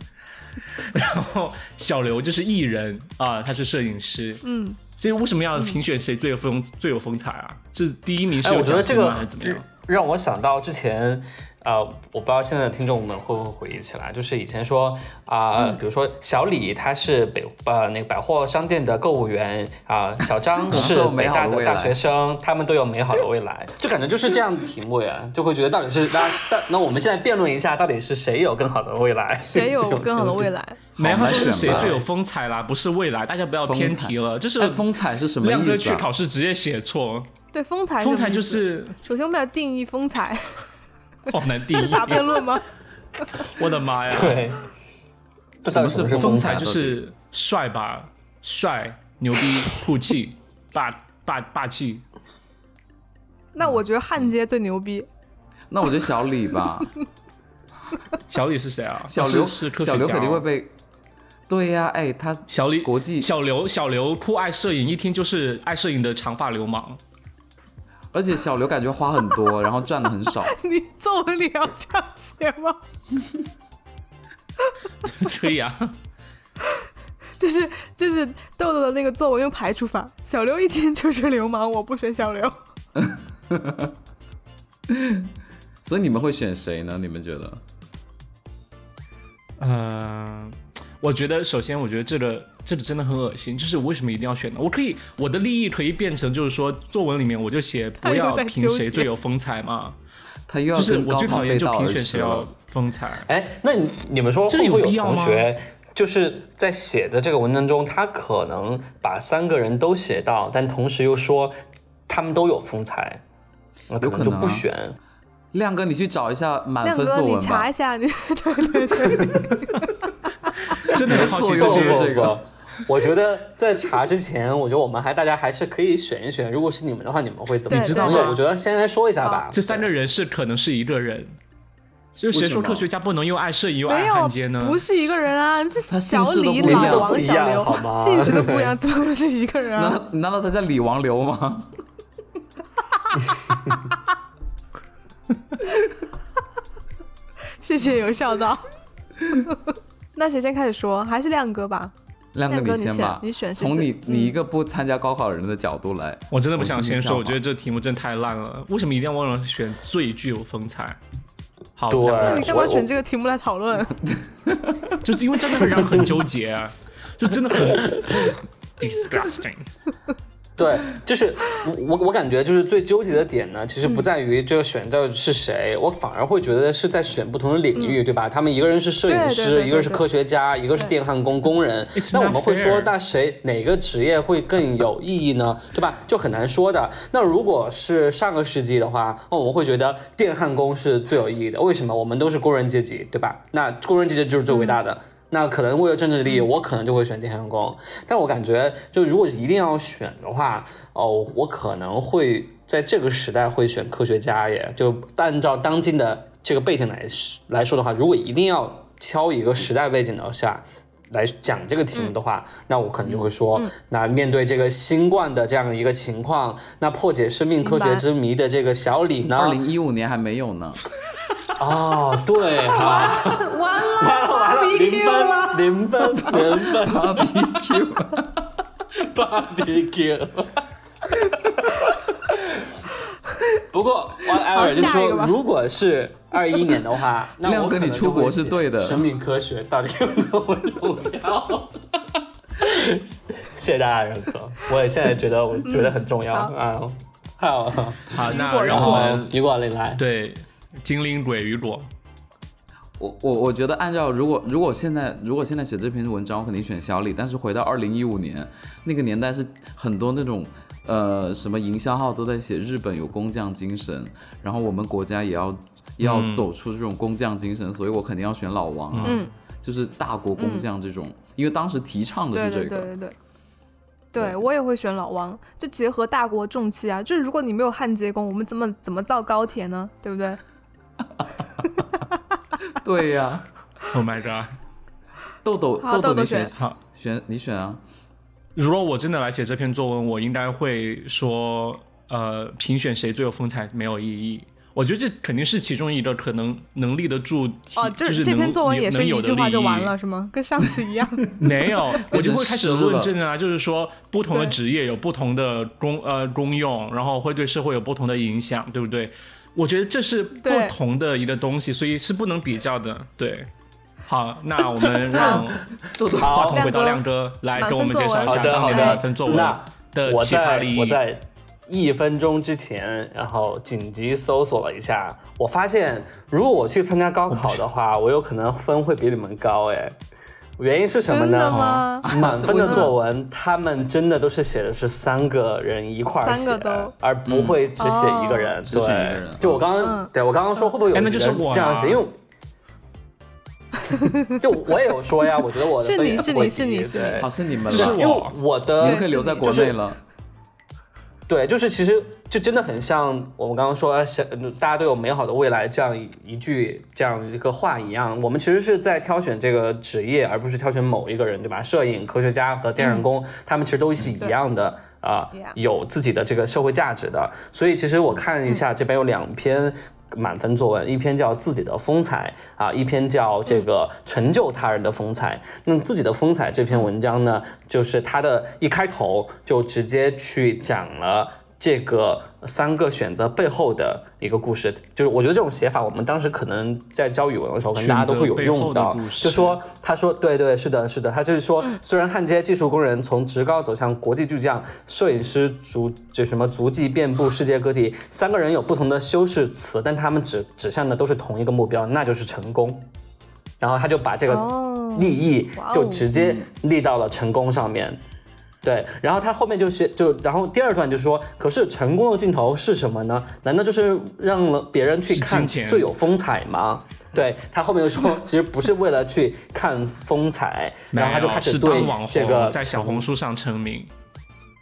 A: 然后小刘就是艺人啊、他是摄影师。
C: 嗯，
A: 所以为什么要评选谁最有风、最有风采啊？是第一名是
D: 哎，
A: 有
D: 我觉得
A: 奖
D: 这
A: 金吗？
D: 个
A: 还是怎么样？
D: 让我想到之前，呃，我不知道现在的听众们会不会回忆起来，就是以前说啊、
C: 嗯
D: 比如说小李他是北呃那个百货商店的购物员啊、小张
B: 们
D: 是
B: 都有
D: 北
B: 美好
D: 大
B: 的
D: 的
B: 未
D: 大
B: 来
D: 学生，他们都有美好的未来，就感觉就是这样的题目呀，就会觉得到底是那那那我们现在辩论一下，到底是谁有更好的未来？
C: 谁 有更好的未
D: 来？
C: 来？
A: 没有，他
B: 难
A: 说是
B: 选
A: 谁
B: 吧
A: 最有风采啦，不是未来，大家不要偏
B: 风采
A: 题了。就是
B: 哎，风采是什么
A: 亮哥
B: 意
A: 去
B: 思啊？
A: 考试直接写错，
C: 对，风
A: 风
C: 采哎什么
A: 采
C: 意
A: 就
C: 思，
A: 是
C: 首先我们要定义风采，
A: 好难定义。
C: 打辩论吗？
A: 我的妈呀！
D: 对，不知道
B: 什么是
D: 风
A: 风
B: 风
A: 采
B: 采
A: 就
B: 到
A: 是帅吧，帅、牛逼、酷气、霸霸霸气。
C: 那我觉得焊接最牛逼，
B: 那我觉得小李 吧，
A: 小李是谁啊？
B: 小刘，
A: 是是科学家
B: 小刘肯定会
A: 哦
B: 被。对呀、哎，他
A: 小李
B: 国际
A: 小刘小刘酷爱摄影，一听就是爱摄影的长发流氓。
B: 而且小刘感觉花很多，然后赚的很少。
C: 你作文里要这样写吗？
A: 可以啊，
C: 就是就是豆豆的那个作文用排除法，小刘一听就是流氓，我不选小刘。
B: 所以你们会选谁呢？你们觉得？
A: 嗯、我觉得首先我觉得这个这个真的很恶心，就是为什么一定要选呢？我可以我的利益可以变成就是说作文里面我就写
C: 他
A: 不
C: 又
A: 要
C: 在
A: 评
C: 纠
A: 谁
C: 结
A: 最有风采嘛，
B: 他又要
A: 就是
B: 跟
A: 我
B: 高
A: 最
B: 考
A: 讨厌
B: 背
A: 就
B: 道
A: 评
B: 而
A: 选
B: 驰
A: 谁要
B: 了。
A: 风 采。
D: 哎，那你你们说
A: 这
D: 会不
A: 有
D: 会
A: 必
D: 有
A: 要
D: 同
A: 吗
D: 学就是在写的这个文章中，他可能把三个人都写到，但同时又说。他们都有风裁，那
B: 有
D: 可能
B: 可
D: 就
B: 能
D: 不
B: 啊
D: 选。
B: 亮哥，你去找一下满
C: 亮
B: 分
C: 哥，
B: 作
C: 你
B: 文吧
C: 查一。下，你 对对对，
A: 真的很好
B: 作
A: 奇
B: 用
A: 这些
B: 是
A: 人
B: 这个。
D: 我觉得在查之前，我觉得我们还大家还是可以选一选。如果是你们的话，你们会怎么
C: 对
A: 知道
D: 对
A: 吗
D: 我觉得先来说一下吧。
A: 这三个人是可能是一个人，就谁
B: 为什
A: 说
B: 么
A: 科学家不能又爱摄影又
C: 没
A: 爱汉奸
C: 有，
A: 呢？
C: 不是一个人啊，这
B: 他
C: 小
B: 姓氏都
C: 李、
B: 不一
C: 老
B: 样
C: 王、小刘
D: 好，吗
C: 姓氏都不一样，怎么会是一个人
B: 难
C: 啊？
B: 道难道他叫李王刘吗？
C: 谢谢有笑到。 那谁先开始说？还是亮哥吧？
B: 亮哥，
C: 亮哥你
B: 先吧，
C: 选你选是
B: 从
C: 最
B: 你你一个不参加高考人的角度来，
A: 我真的不想先说，
B: 我
A: 我觉
B: 听
A: 得
B: 一下吧
A: 这题目真太烂了。为什么一定要忘了选最具有风采？好，
D: 对
A: 那
C: 那
A: 我
C: 你干嘛选这个题目来讨论？
A: 就是因为真的会让人很纠结啊，就真的很 disgusting。
D: 对，就是我我我感觉就是最纠结的点呢，其实
C: 嗯
D: 不在于这个选到底是谁，我反而会觉得是在选不同的领域，对吧？他们一个人是摄影
C: 嗯对对
D: 师，
C: 对对
D: 一个是
C: 对
D: 科学家，一个是电焊工工人
A: It's。
D: 那我
A: not
D: 们会说
A: fair，
D: 那谁哪个职业会更有意义 呢？对吧？就很难说的。那如果是上个世纪的话，哦那我们会觉得电焊工是最有意义的。为什么？我们都是工人阶级，对吧？那工人阶级就是最伟大
A: 嗯
D: 的。那可能为了政治利益，我可能就会选电焊工。但我感觉，就如果一定要选的话，哦，我可能会在这个时代会选科学家耶。就按照当今的这个背景来来说的话，如果一定要挑一个时代背景的下来讲这个题目的话，那我可能就会说，那面对这个新冠的这样一个情况，那破解生命科
C: 明白
D: 学之谜的这个小李
A: 啊
D: 呢？
B: 二零一五年还没有呢，
D: 哦，对哈、
C: 完了，
D: 完了完了，零分零分零分
B: BBQ，
D: barbecue。不过，whatever，
C: 好
D: 就是
C: 下一
D: 说
C: 个吧，
D: 如果是二一年 的话，那
B: 亮
D: 我
B: 哥
D: 可能
B: 你出
D: 就会
B: 国是
D: 写
B: 对的
D: 生命科学到底有多么重要？ 谢谢大家认可，我也现在觉得我觉得很重要
C: 好
D: 啊。好，
A: 好，那
C: 果
A: 让我
C: 然
A: 们
D: 雨果你来，
A: 对精灵鬼雨果，
B: 我我我觉得按照如果如果现在如果现在写这篇文章，我肯定选小李，但是回到二零一五年那个年代是很多那种。呃，什么营销号都在写日本有工匠精神，然后我们国家也要要
A: 嗯
B: 走出这种工匠精神，所以我肯定要选老王啊，
C: 嗯，
B: 就是大国工匠这种，因为当时提倡的
C: 对
B: 是这
C: 对
B: 个，
C: 对对对。对，我也会选老王，就结合大国重器啊，就是如果你没有焊接工，我们怎么怎么造高铁呢？对不对？
B: 对呀、
A: ，Oh my god！
B: 豆豆
C: 好
B: 豆
C: 豆豆
B: 你选
C: 选
A: 好，
B: 选你选啊，
A: 如果我真的来写这篇作文，我应该会说，呃，评选谁最有风采没有意义。我觉得这肯定是其中一个可能能立得住题，
C: 哦，
A: 就是是
C: 这
A: 能
C: 篇作文
A: 有
C: 也是
A: 能
C: 一
A: 有的
C: 句话
A: 利
C: 就
A: 益
C: 完了，是吗？跟上次一样。
A: 没 有，我就会开始论
B: 变成诗
A: 证啊，就是说不同的
C: 对
A: 职业有不同的功呃功用，然后会对社会有不同的影响，对不对？我觉得这是不
C: 对
A: 同的一个东西，所以是不能比较的。对，好，那我们 让
B: 豆豆
A: 话
D: 好
A: 筒回到亮
C: 亮
A: 哥来
C: 满
A: 给我
C: 分
A: 们
C: 作
A: 介绍一
C: 文
A: 下
D: 好的
A: 当
D: 好
A: 年
D: 的
A: 满分作文
D: 那
A: 的
D: 我
A: 呃奇葩
D: 在
A: 利益。
D: 我在一分钟之前，然后紧急搜索了一下，我发现如果我去参加高考的话，我有可能分会比你们高哎。原因是什么
C: 真的
D: 呢？
C: 吗？
D: 满分的作文，他们真的都是写的是三个人一块儿写
C: 三个都，哦
D: 而不
A: 嗯
D: 会只写一个人。
B: 只
D: 对，
B: 选一个人
D: 就我刚刚，
C: 嗯
D: 对我刚刚说会不会有
A: 哎
D: 人
A: 那就是我啊
D: 这样 写？因为就我也有说呀，我觉得我的
C: 是
D: 分
C: 你
D: 也
C: 是
D: 不会
C: 你是
D: 低
C: 你是
D: 对
B: 好是你们了，
A: 这是
D: 因为
A: 我
D: 我的
B: 你们可以留在国内了。
D: 对，就是其实就真的很像我们刚刚说，想大家都有美好的未来这样一一句这样一个话一样。我们其实是在挑选这个职业，而不是挑选某一个人，对吧？摄影、科学家和电影工，他们其实都是一样的。啊、
C: Yeah
D: 有自己的这个社会价值的，所以其实我看一下这边有两篇满分作文，一篇叫《自己的风采》啊，一篇叫这个《成就他人的风采》。那么《自己的风采》这篇文章呢，就是它的一开头就直接去讲了。这个三个选择背后的一个故事，就是我觉得这种写法，我们当时可能在教语文的时候，可能大家都会有
A: 选择背
D: 用到
A: 后的故。事
D: 就说他说对对是的是的，他就是说，
C: 嗯
D: 虽然焊接技术工人从职高走向国际巨匠，摄影师足这什么足迹遍布世界各地，三个人有不同的修饰词，但他们指指向的都是同一个目标，那就是成功。然后他就把这个
C: 嗯哦，
D: 利益
C: 哇哦
D: 就直接立到了成功上面。对，然后他后面就是就，然后第二段就说，可是成功的尽头是什么呢？难道就是让了别人去
A: 是
D: 看
A: 金钱
D: 最有风采吗？对他后面 就说，其实不是为了去看风采，然后他就
A: 没有
D: 开始
A: 是
D: 对
A: 当网红
D: 这个
A: 在小红书上成名，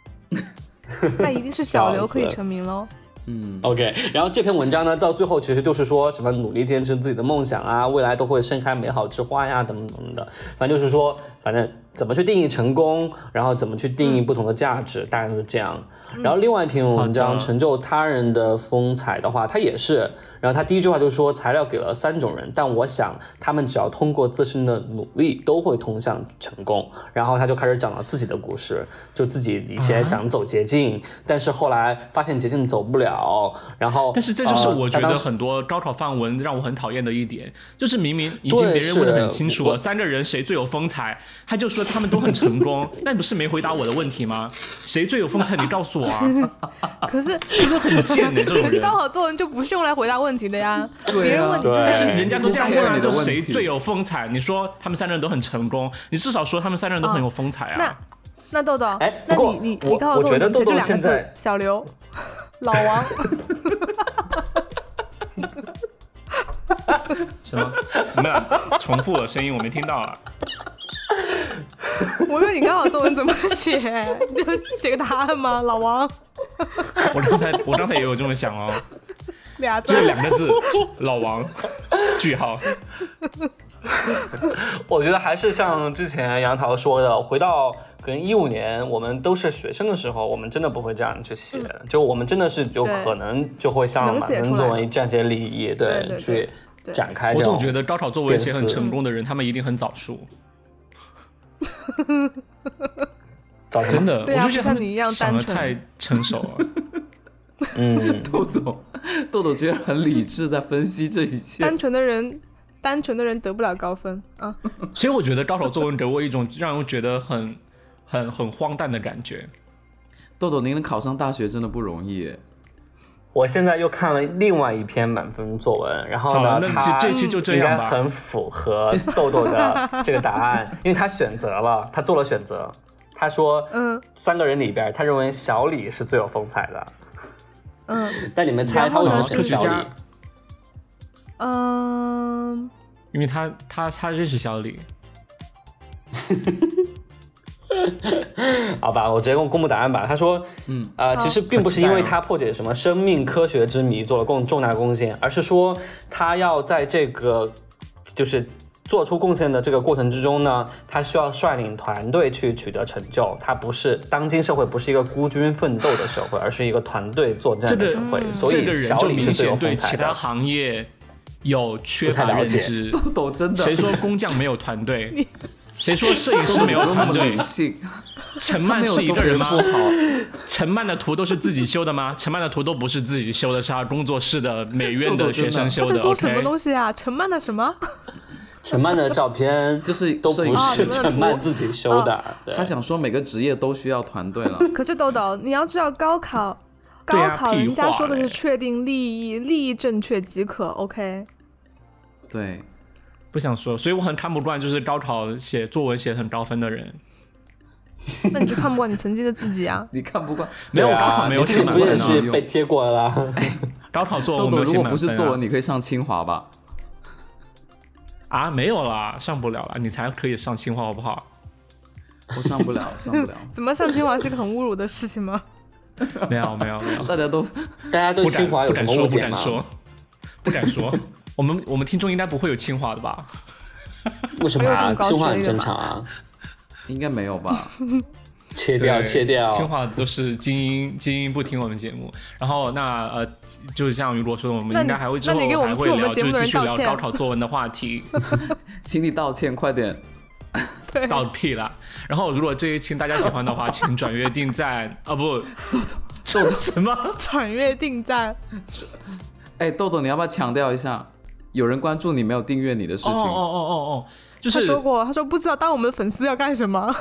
C: 那一定是小刘可以
D: 笑死
C: 成名喽。
D: 嗯 OK，然后这篇文章呢，到最后其实就是说什么努力坚持自己的梦想啊，未来都会盛开美好之花呀，等等等等的。反正就是说，反正怎么去定义成功，然后怎么去定义不同的价值，大概就是这样。然后另外一篇文
A: 嗯好
D: 章
A: 的
D: 《成就他人的风采》的话，它也是，然后他第一句话就说材料给了三种人，但我想他们只要通过自身的努力，都会通向成功。然后他就开始讲了自己的故事，就自己以前想走捷径，但是后来发现捷径走不了，然后
A: 但是这就是
D: 呃
A: 我
D: 他
A: 觉
D: 当
A: 得
D: 时
A: 很多高考范文让我很讨厌的一点，就是明明已
D: 对
A: 经别人问的很清楚
D: 是我
A: 了，三个人谁最有风采，他就说他们都很成功， 那你不是没回答我的问题吗？谁最有风采？你告诉我啊！
C: 可是
A: 就是很贱 的这种
C: 可是
A: 人啊
C: 高。考作文就不是用来回答问题的呀，别人问你就
D: 对
A: 但是
C: 是
A: 人家都这样问
B: Who care
A: 了，
B: 你的
A: 就
B: 问
A: 谁
B: 题
A: 最有风采？你说他们三个人都很成功，你至少说他们三个人都很有风采
C: 那
A: 啊。
C: 那豆豆
D: 哎，
C: 那
D: 不过
C: 你你
D: 我
C: 你高考作
D: 我觉
C: 文
D: 得
C: 总结
D: 豆
C: 就
D: 豆
C: 两个
D: 现
C: 字
D: 在：
C: 小刘、 老王。
A: 什 么？你们俩重复了声音，我没听到啊。
C: 我问你高考作文怎么写， 你就写个答案吗？老王
A: 我刚才我刚才也有这么想哦，
C: 俩字
A: 就。是两个字，老王，句号。
D: 我觉得还是像之前杨桃说的，回到可能一五年，我们都是学生的时候，我们真的不会这样去写，就我们真的是有
C: 对
D: 可能就会
C: 嗯
D: 像
C: 能
D: 满
C: 写
D: 分
C: 出来
D: 作文这样些立意，
C: 对对
D: 去
C: 对
D: 展开
A: 我
D: 这种。
A: 总觉得高考作文写很成功的人，他们一定很早熟，
D: 早晨
A: 真，的。
C: 对啊
A: 我就觉得他
C: 不像你
A: 们
C: 一样
A: 想
C: 单
A: 的
C: 纯
A: 太成熟了。
D: 嗯，
B: 豆豆， 豆豆居然很理智在分析这一切
C: 单。纯的人，单纯的人得不了高分啊！
A: 所以我觉得高考作文给我一种让人觉得很、很、很荒诞的感觉。
B: 豆豆，您能考上大学真的不容易耶。
D: 我现在又看了另外一篇满分作文，然后
A: 好了，，
D: 呢
A: 那
D: 它
A: 这这期就这
D: 应该
A: 样吧。
D: 很符合豆豆的这个答案， 因为他选择了，他做了选择。他说，
C: 嗯
D: 三个人里边，他认为小李是最有风采的。
C: 嗯
D: 那你们猜
C: 然
D: 他
C: 后
D: 为
C: 呢
A: 哦
D: 什么
C: 是
A: 科
D: 选
A: 学
D: 啊小
A: 家
D: 李？，
C: 嗯，
A: 因为他他他认识小李，
D: 好吧，我直接公公布答案吧。他说，嗯，呃，其实并不是因为他破解什么生命科学之谜做了贡重大贡献，而是说他要在这个就是做出贡献的这个过程之中呢，他需要率领团队去取得成就。他不是当今社会不是一个孤军奋斗的社会，而是一个团队作战
A: 这
D: 的
A: 个
D: 社会。所
A: 嗯这
D: 以
A: 个人
D: 小
A: 就
D: 李
A: 明
D: 是最有
A: 显对
D: 风
A: 其
D: 采
A: 他
D: 的。
A: 行业有缺
D: 不
A: 乏
D: 太了
A: 认
D: 解
A: 知。
B: 豆豆真的，
A: 谁说工匠没有团队？谁说摄影师没有
B: 豆豆那
A: 团
B: 么
A: 队
B: 理？性？
A: 陈
B: 他
A: 曼
B: 没有
A: 是一
B: 说
A: 个人
B: 人
A: 吗
B: 不？好。
A: 陈曼的图都是自己修的吗？陈曼的图都不是自己修的，是他工作室的美院的
B: 豆豆真
A: 学
B: 的
A: 生
C: 他
A: 修
C: 在
A: 的。
C: 说什么
A: OK，
C: 东西啊？陈曼的什么？
D: 陈曼的照片
B: 就是
D: 都
B: 摄影
D: 不
B: 师
D: 是
C: 啊
D: 陈曼自己修
A: 哦
D: 的，对
B: 他想说每个职业都需要团队了。
C: 可是豆豆，你要知道高考，高
A: 对啊
C: 考人
A: 屁
C: 家
A: 话
C: 说的
A: 嘞
C: 是确定利益，利益正确即可。OK，
B: 对，
A: 不想说，所以我很看不惯就是高考写作文写得很高分的人。
C: 那你就看不惯你曾经的自己啊
B: ！你看不惯
A: 没有，
D: 对
A: 我高
D: 啊
A: 考没有
D: 你自己
A: 写
D: 不
A: 满分
D: 也
A: 啊，
D: 是被贴过啦？
A: 高考作文
B: 豆
A: 我没有
B: 豆，如
A: 写
B: 果
A: 满
B: 不是
A: 分
B: 作文，
A: 啊。
B: 你可以上清华吧？
A: 啊，没有啦，上不了了，你才可以上清华好不好？
B: 我上不了，上不了。
C: 怎么上清华是个很侮辱的事情吗？
A: 没有没有 没有，
B: 大家都
D: 大家对
A: 不敢
D: 清华有
A: 不
D: 什
A: 敢
D: 么
A: 说
D: 误
A: 不
D: 解
A: 敢
D: 吗？
A: 说，不敢说。我们我们听众应该不会有清华的吧？
D: 为什么
C: 还有
D: 啊？
C: 这么高
D: 清华
C: 学
D: 很
C: 历的
D: 正
C: 吗
D: 常啊，
B: 应该没有吧？
D: 切
A: 对
D: 掉，切
A: 清
D: 掉。
A: 华都是精英，精英不听我们节目。然后那呃，就像雨果说的，我们
C: 那
A: 应该
C: 你
A: 还会之
C: 那
A: 后
C: 你给我们
A: 还会
C: 听我们
A: 聊，
C: 节
A: 就
C: 目
A: 是
C: 的
A: 继
C: 人
A: 续聊
C: 道歉
A: 高考作文的话题，
B: 请你道歉，快点。
C: 对，
A: 到屁啦。然后如果这一期大家喜欢的话，请转约定赞 啊不，这什么？
C: 转阅定赞，
B: 哎，豆豆，你要不要强调一下，有人关注你没有订阅你的事
A: 哦
B: 情？
A: 哦哦哦哦，就
C: 他
A: 是
C: 说过，他说不知道当我们的粉丝要干什么。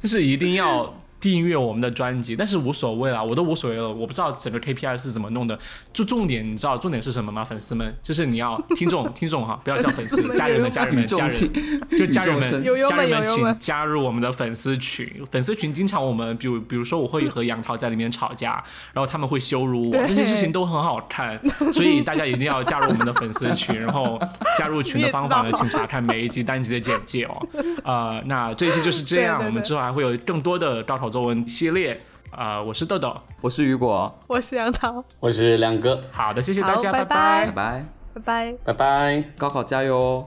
A: 就是一定要订阅我们的专辑，但是无所谓啦，我都无所谓了，我不知道整个 KPI 是怎么弄的。就重点，你知道重点是什么吗？粉丝们，就是你要听众听众哈，不要叫粉
C: 粉
A: 丝
C: 丝，们
A: 家人们家人们
B: 语重
A: 家人
B: 心，
A: 就家人
B: 语重
A: 们
B: 心
C: 友友
A: 家
C: 们
A: 人们
C: 友友
A: 请
C: 们
A: 加入我们的粉丝群，粉丝群经常我们比如比如说我会和杨桃在里面吵 架，然后他们会羞辱我，
C: 对
A: 这些事情都很好 看，所以大家一定要加入我们的粉丝群，然后加入群的方法
C: 你
A: 呢
C: 也知，道
A: 请查看每一集单集的简介 哦。呃，那这一期就是这样，
C: 对对对
A: 我们之后还会有更多的高考作文系列。呃，我是豆豆，
B: 我是雨果，
C: 我是杨桃，
D: 我是亮哥，
A: 好的，谢谢大家，
C: 好拜
A: 拜
C: 拜
B: 拜拜，
C: 拜拜。
D: 拜拜。
B: 高考加油哦！